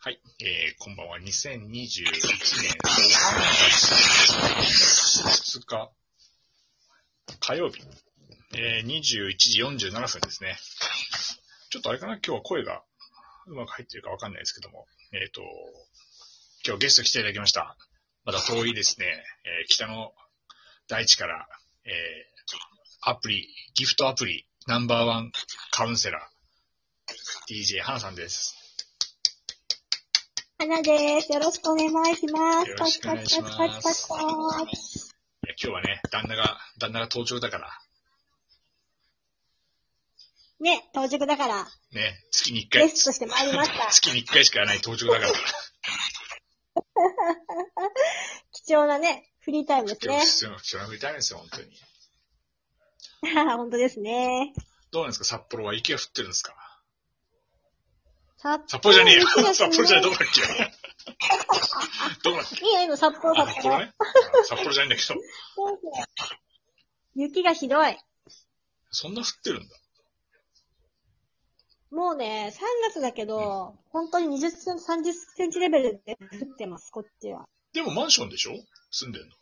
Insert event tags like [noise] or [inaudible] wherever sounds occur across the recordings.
はい、えー、こんばんは。2021年3月2日、火曜日、えー、21時47分ですね。ちょっとあれかな今日は声がうまく入ってるかわかんないですけども、えっ、と、今日ゲスト来ていただきました。まだ遠いですね、えー、北の大地から、えー、アプリ、ギフトアプリ、ナンバーワンカウンセラー、DJ 花さんです。花です。よろしくお願いします。よろしくお願いしますパチパチパチパチパチいや今日はね、旦那が、旦那が登場だから、ね、到着だから、ね、月に一ゲ回、ストしてまいりました。月に一回しかない登場 [laughs] だから、貴重なね、フリータイムです今ね日、。必要な、必要な振りたいんですよ、本当に。 [laughs] 本当ですね。どうなんですか、札幌は雪が降ってるんですか札札幌じゃねえよ雪が。すごい [laughs] 札幌じゃねえ、どこだっけどこだっけいいよ、今、札幌、あ札札幌幌。ね。札幌じゃないんだけど、雪がひどい。そんな降ってるんだ。もうね、3月だけど、本当に20センチ、30センチレベルで降ってます、こっちは。でもマンションでしょ住んでんの。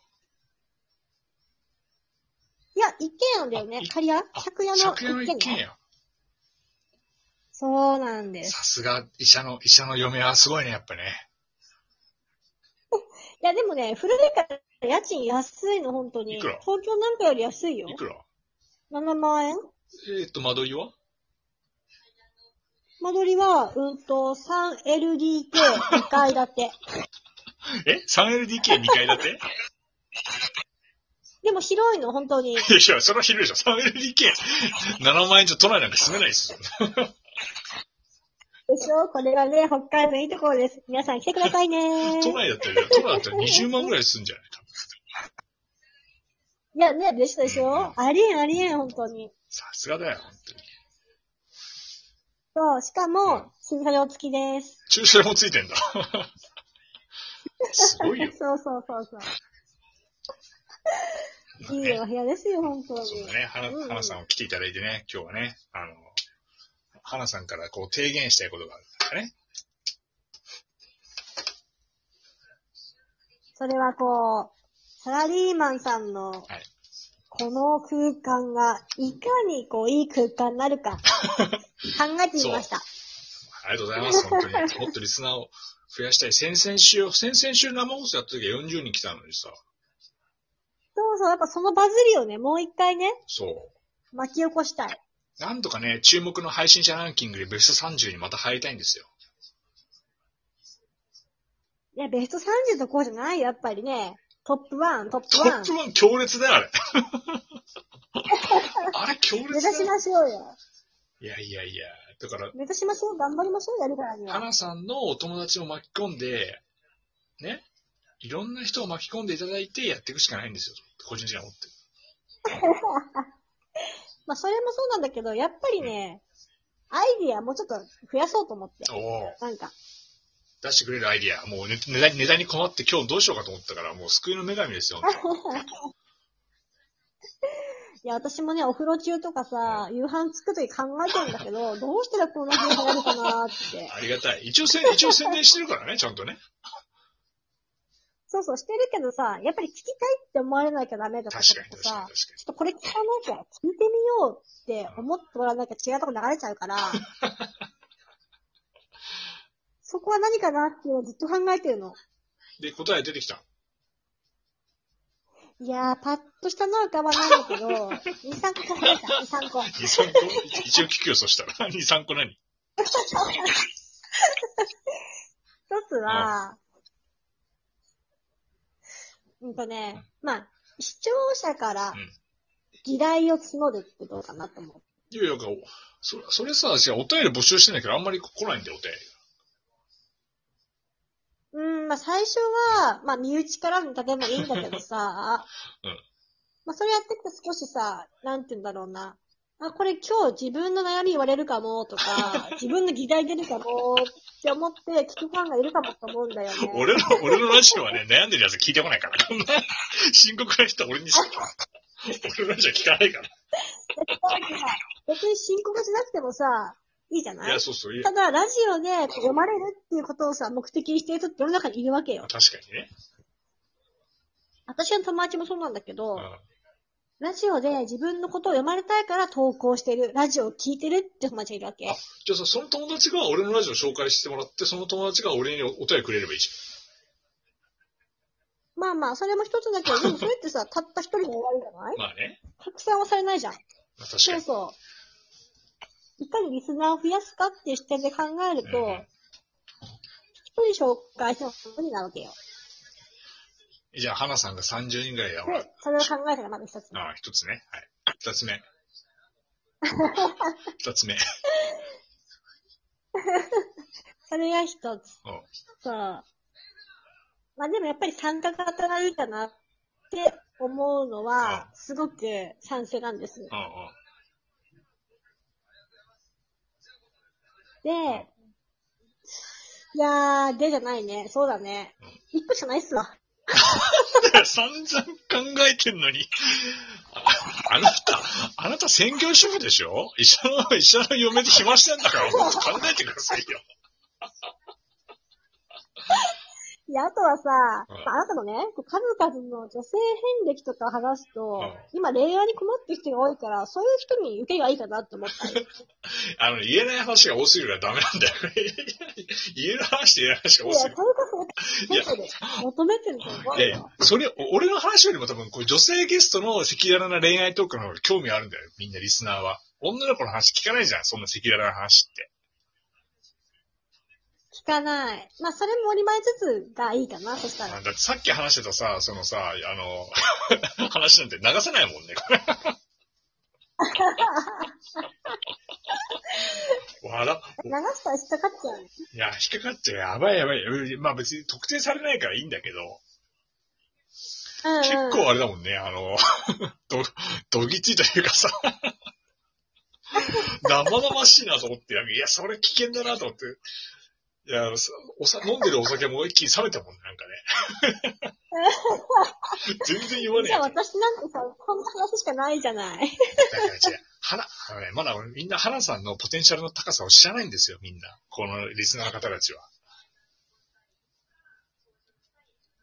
いや、一軒家だよねあい。借家あ借家の一借家の一軒軒家。家。そうなんです。さすが、医者の、医者の嫁はすごいね、やっぱね。いや、でもね、古いから家賃安いの、本当に。いくら東京なんかより安いよい。くら7万円えっ、と、間取りは間取りは、うんと、3LDK2 階建て。 [laughs] え ?3LDK2 階建てでも広いの、本当に。いやいや、それはひどいでしょ。3LDK7 万円じゃ都内なんか住めないですよ。でしょこれがね、北海道のいいところです。皆さん来てくださいね。都内だったら、都内だったら20万ぐらいするんじゃないか。いや、ね、でしょでしょありえんありえん、本当に。さすがだよ、本当に。そう、しかも、新車両付きです。。駐車場もついてんだ。 [laughs] すごいよそうそうそうそう。いいお部屋ですよ、本当に。そうだね。花、うんうん花さんを来ていただいてね、今日はね、あの、花さんからこう提言したいことがあるからね。それはこう、サラリーマンさんのはい、この空間が、いかにこう、いい空間になる [laughs] か、考えてみました。ありがとうございます、本当に。もっとリスナーを増やしたい。先々週、先々週生放送やった時は40人来たのにさ、そうそう、やっぱそのバズりをね、もう一回ね、そ巻き起こしたい。う。なんとかね、注目の配信者ランキングでベスト30にまた入りたいんですよ。いや、ベスト30とこうじゃないよやっぱりね。トップ1、トップト1ップ。1強烈だよ、あれ。あれ強目烈指だしよ。ましょうよ。いやいやいや、だから、目指しましょう。頑張りましょう。やるからには。花さんのお友達を巻き込んで、ね、いろんな人を巻き込んでいただいてやっていくしかないんですよ。個人的には思ってる。まあ、それもそうなんだけど、やっぱりね、アイディアもうちょっと増やそうと思って。おおなんか、出してくれるアイディア。もうね値段値段に困って今日どうしようかと思ったから、もう救いの女神ですよ。本いや、私もね、お風呂中とかさ、夕飯作るとき考えてるんだけど、 [laughs] どうしたらこんな風になるかなーっ当てに。ありがたい。一応宣一応宣伝してるからね、ちゃんとね。そうそう、してるけどさ、やっぱり聞きたいって思われなきゃダメとか確かにって確かに確さか、ちょっとこれ聞かなきゃ、聞いてみようって思ってもらわなきゃ違うとこ流れちゃう [laughs] から、そこは何かなっていうのをずっと考えてるの。に。で、答え出てきた。いやー、パッとしたのは浮かばないんだけど、2、3 [laughs] 個考えた、2、3個。 2、3個一応聞くよ、そしたら。2、3個 [laughs] 何一つは、うんとね、まあ、視聴者からうん議題を募るってどうかなと思う。いやいや、なんかそそれさ、私はお便り募集してんだけど、あんまり来ないんだよ、お便り。うん、まあ最初は、まあ身内からの例えばいいんだけどさ、 [laughs] うんまあそれやってくと少しさ、なんて言うんだろうな。あ、これ今日自分の悩み言われるかも [laughs] とか、自分の議題出るかもって思って聞くファンがいるかもと思うんだよね。俺の、 [laughs] 俺のラジオはね、悩んでるやつ聞いてこないから。こ [laughs] んな、深刻な人は俺にしか、俺のラジオ聞かないから。別に申告しなくてもさ、いいじゃいないや、そうそう、いやただ、ラジオで読まれるっていうことをさ、目的にしてる人って世の中にいるわけよ確。かにね。私の友達もそうなんだけうど、ん。ラジオで自分のことを読まれたいから投稿してる、ラジオを聞いてるって友達がいるわけ。あじゃあさ、その友達が俺のラジオ紹介してもらって、その友達が俺におお便りくれればいいじまあまあ、それも一つだ [laughs] けど、でもそれってさ、たった一人で終わるじゃなゃいん。まあね。拡散はされないじゃん。まあ、確かそうに。そう。いかにリスナーを増やすかっていう視点で考えるうんうとん、一人紹介しても無理なわけよ。じゃあ、花さんが30人ぐらいだかでら、、それを考えたらまず一つ目。ああ、一つね。はい。二つ目。二つ目。それが一つ。うんそう。まあでもやっぱり参加型がいいかなって思うのは、すごく賛成なんです。うんうん。で、いやー、でじゃないね。そうだね。一個しかないっすわ。散々考えてんのに。ああなた、あなた専業主婦でしょ医者の、医者の嫁で暇してんだから、もっと考えてくださいよ。いや、あとはうさ、んまああなたのね、こう数々の女性遍歴とかを話すと、う今令和に困ってる人が多いから、そういう人に受けがいいかなって [laughs] 思ったり。あの、言えない話が多すぎるからダメなんだよ。 [laughs] 言える話と言えない話がい多や、すそぎれる。こそ求めてる。求めてると思ういやいやよ。、それ、お俺の話よりも多分、こう女性ゲストの赤裸々な恋愛トークの方が興味あるんだよ、みんなリスナーは。女の子の話聞かないじゃん、そんな赤裸々な話って。聞かない。まあ、それも折り前つつがいいかな、そしたらあ。だってさっき話してたさ、そのさ、あの、 [laughs] 話なんて流せないもんね、これ。笑流したら引っかかっちゃう。いや、引っかかっちゃう。やばいやばい。うんまあ別に特定されないからいいんだけど、うん、うん。結構あれだもんね、あの、 [laughs] ど、どぎついというかさ、生々しいなと思って、いや、それ危険だなと思って、いや、そおさ飲んでるお酒も一気に冷めたもんね、なんかね。全然言わねえじゃやあつ。私なんてさ、こんな話しかないじゃない。だから違う。花、あのね、まだ俺みんな花さんのポテンシャルの高さを知らないんですよ、みんな。このリスナーの方たちは。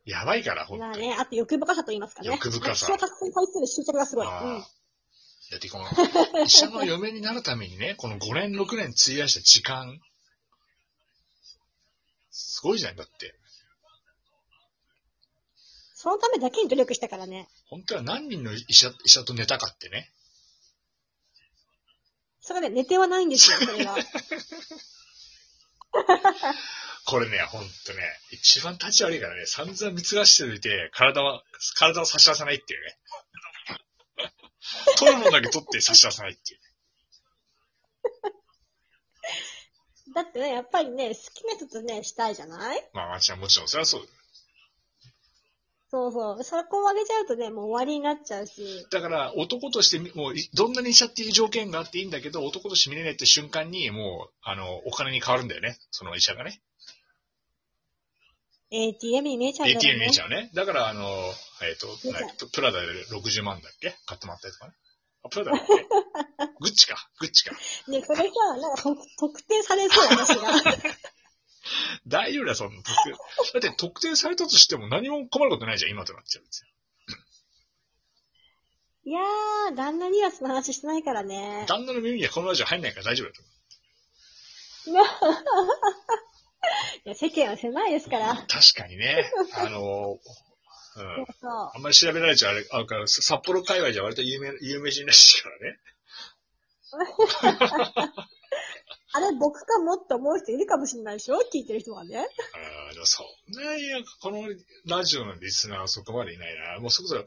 やばいから、本まあ当に。ね、あと欲深さと言いますかね。欲深さ私は達成に対する執着がすごい。うあんあ。だってこの、医者の嫁になるためにね、この5年、6年費やした時間、すごいじゃん、だって。そのためだけに努力したからね。本当は何人の医者、医者と寝たかってね。それで寝てはないんです [laughs] よ、それは。これね、ほんとね、一番立ち悪いからね、散々貢がしておいて、体は、体を差し出さないっていう [laughs] ね。取るもんだけ取って差し出さないっていう。だってね、やっぱりね、好きな人とね、したいじゃないまあ、まあ、もちろん、それはそうだ。そうそう。そこを上げちゃうとね、もう終わりになっちゃうし。だから、男としてみ、もうい、どんなに医者っていう条件があっていいんだけど、男として見れないって瞬間に、もう、あの、お金に変わるんだよね。その医者がね。 ATM に見えちゃうんだ ATM よ見えね。ちゃうね。だから、あの、えっ、と、見ちゃうなププラダで60万だっけ買ってもらったりとかね。あ、プラダだっ [laughs] けグッチか。グッチか。ね、これさ、なんか特特定されそう、私が。大丈夫だよ、そんな特定。だって特定されたとしても何も困ることないじゃん、今となっちゃうんですよ。いやー、旦那にはその話してないからね。旦那の耳にはこのラジオ入んないから大丈夫だと思いや世間は狭いですから。う。確かにね。あの、うんそう。そう。あんまり調べられちゃあれ、あるから、さ札幌界隈じゃ割と有名、有名人らしいからね。あれ、僕かもって思う人いるかもしれないでしょ聞いてる人はね。あーでもそんな、いや、このラジオのリスナーはそこまでいないな。もうそれこそ、や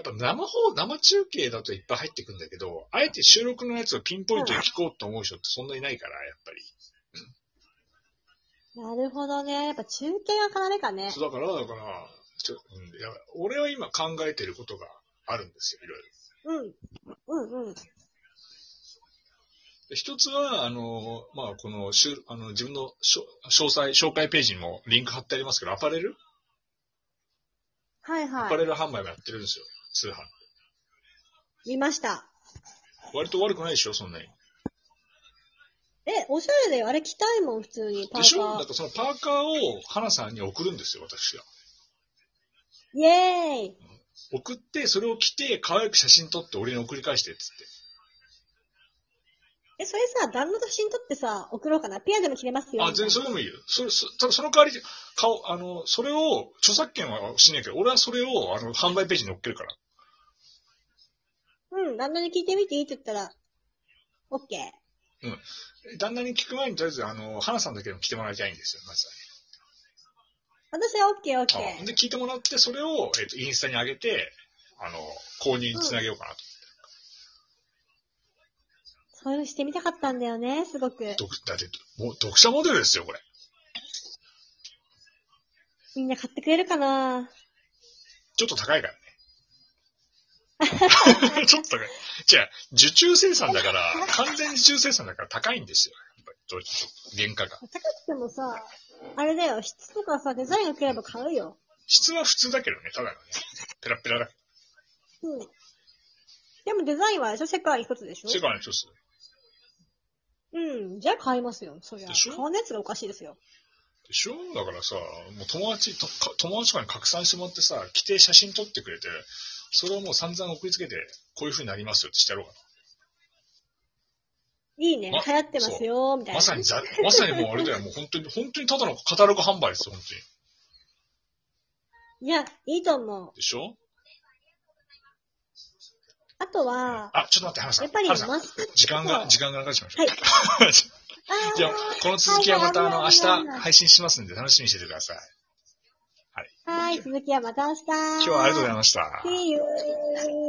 っぱ生放、生中継だといっぱい入ってくんだけど、あえて収録のやつをピンポイントで聞こうと思う人ってそんないないから、やっぱり。なるほどね。やっぱ中継が要かね。そうだから、だから、ちょうん、いや俺は今考えてることがあるんですよ、いろいろ。うん。うんうん。で一つは、あの、まあ、この、しゅあの自分のしょ詳細、紹介ページにもリンク貼ってありますけど、アパレルはいアパはレル販売もやってるんですよ、通販。い。見ました。割と悪くないでしょ、そんなに。え、おしゃれだよ。あれ着たいもん、普通に。パでしーょだカか。ーらそのパーカーを花さんに送るんですよ、私が。イェーイ送って、それを着て、可愛く写真撮って俺に送り返して、つって。え、それさ、旦那と写真撮ってさ、送ろうかな。ピアでも着れますよ。あ、全然それでもいいよ。それ、そただその代わり、顔、あの、それを、著作権はしないけど、俺はそれを、あの、販売ページに載っけるから。うん、旦那に聞いてみていいって言ったら、オッケー。旦那に聞く前に、とりあえず、あの、花さんだけでも来てもらいたいんですよ、まず私はオッケー、オッケはね。あー。で、聞いてもらって、それを、えっ、と、インスタに上げて、あの、購入につなげようかなと。そういうのしてみたかったんだよね、すごく。読だって、もう、読者モデルですよ、これ。みんな買ってくれるかなちょっと高い [laughs] からね。ちょっと高い。じゃあ、受注生産だから、完全受注生産だから高いんですよ。やっぱりどう原価が。高くてもさ、あれだよ、質とかさ、デザインがくれば買うよ。質は普通だけどね、ただのね。ペラペラだけど。うん。でもデザインはあれでしょ世界一つでしょ世界の一つ。うん、じゃあ買いますよ、そりゃ。でしょ買わないやつがおかしいですよ。でしょだからさ、もう友達とか、友達とかに拡散してもらってさ、来て写真撮ってくれて、それをもう散々送りつけて、こういう風になりますよってしてやろうかいいね、ま流行ってますよ、みたな。いな。まさにざ、まさにもうあれだよ、もう本当に、本当にただのカタログ販売ですよ、本当に。いや、いいと思う。でしょあとは、あ、ちょっと待って、花さん。やっぱり花さんマスク時間が、時間がかかってしまいました。はい。じゃあ、この続きはまたあの、明日は配信しますんで楽しみにしててください。い、続きはまた明日。今今日はありがとうございまました。 See you.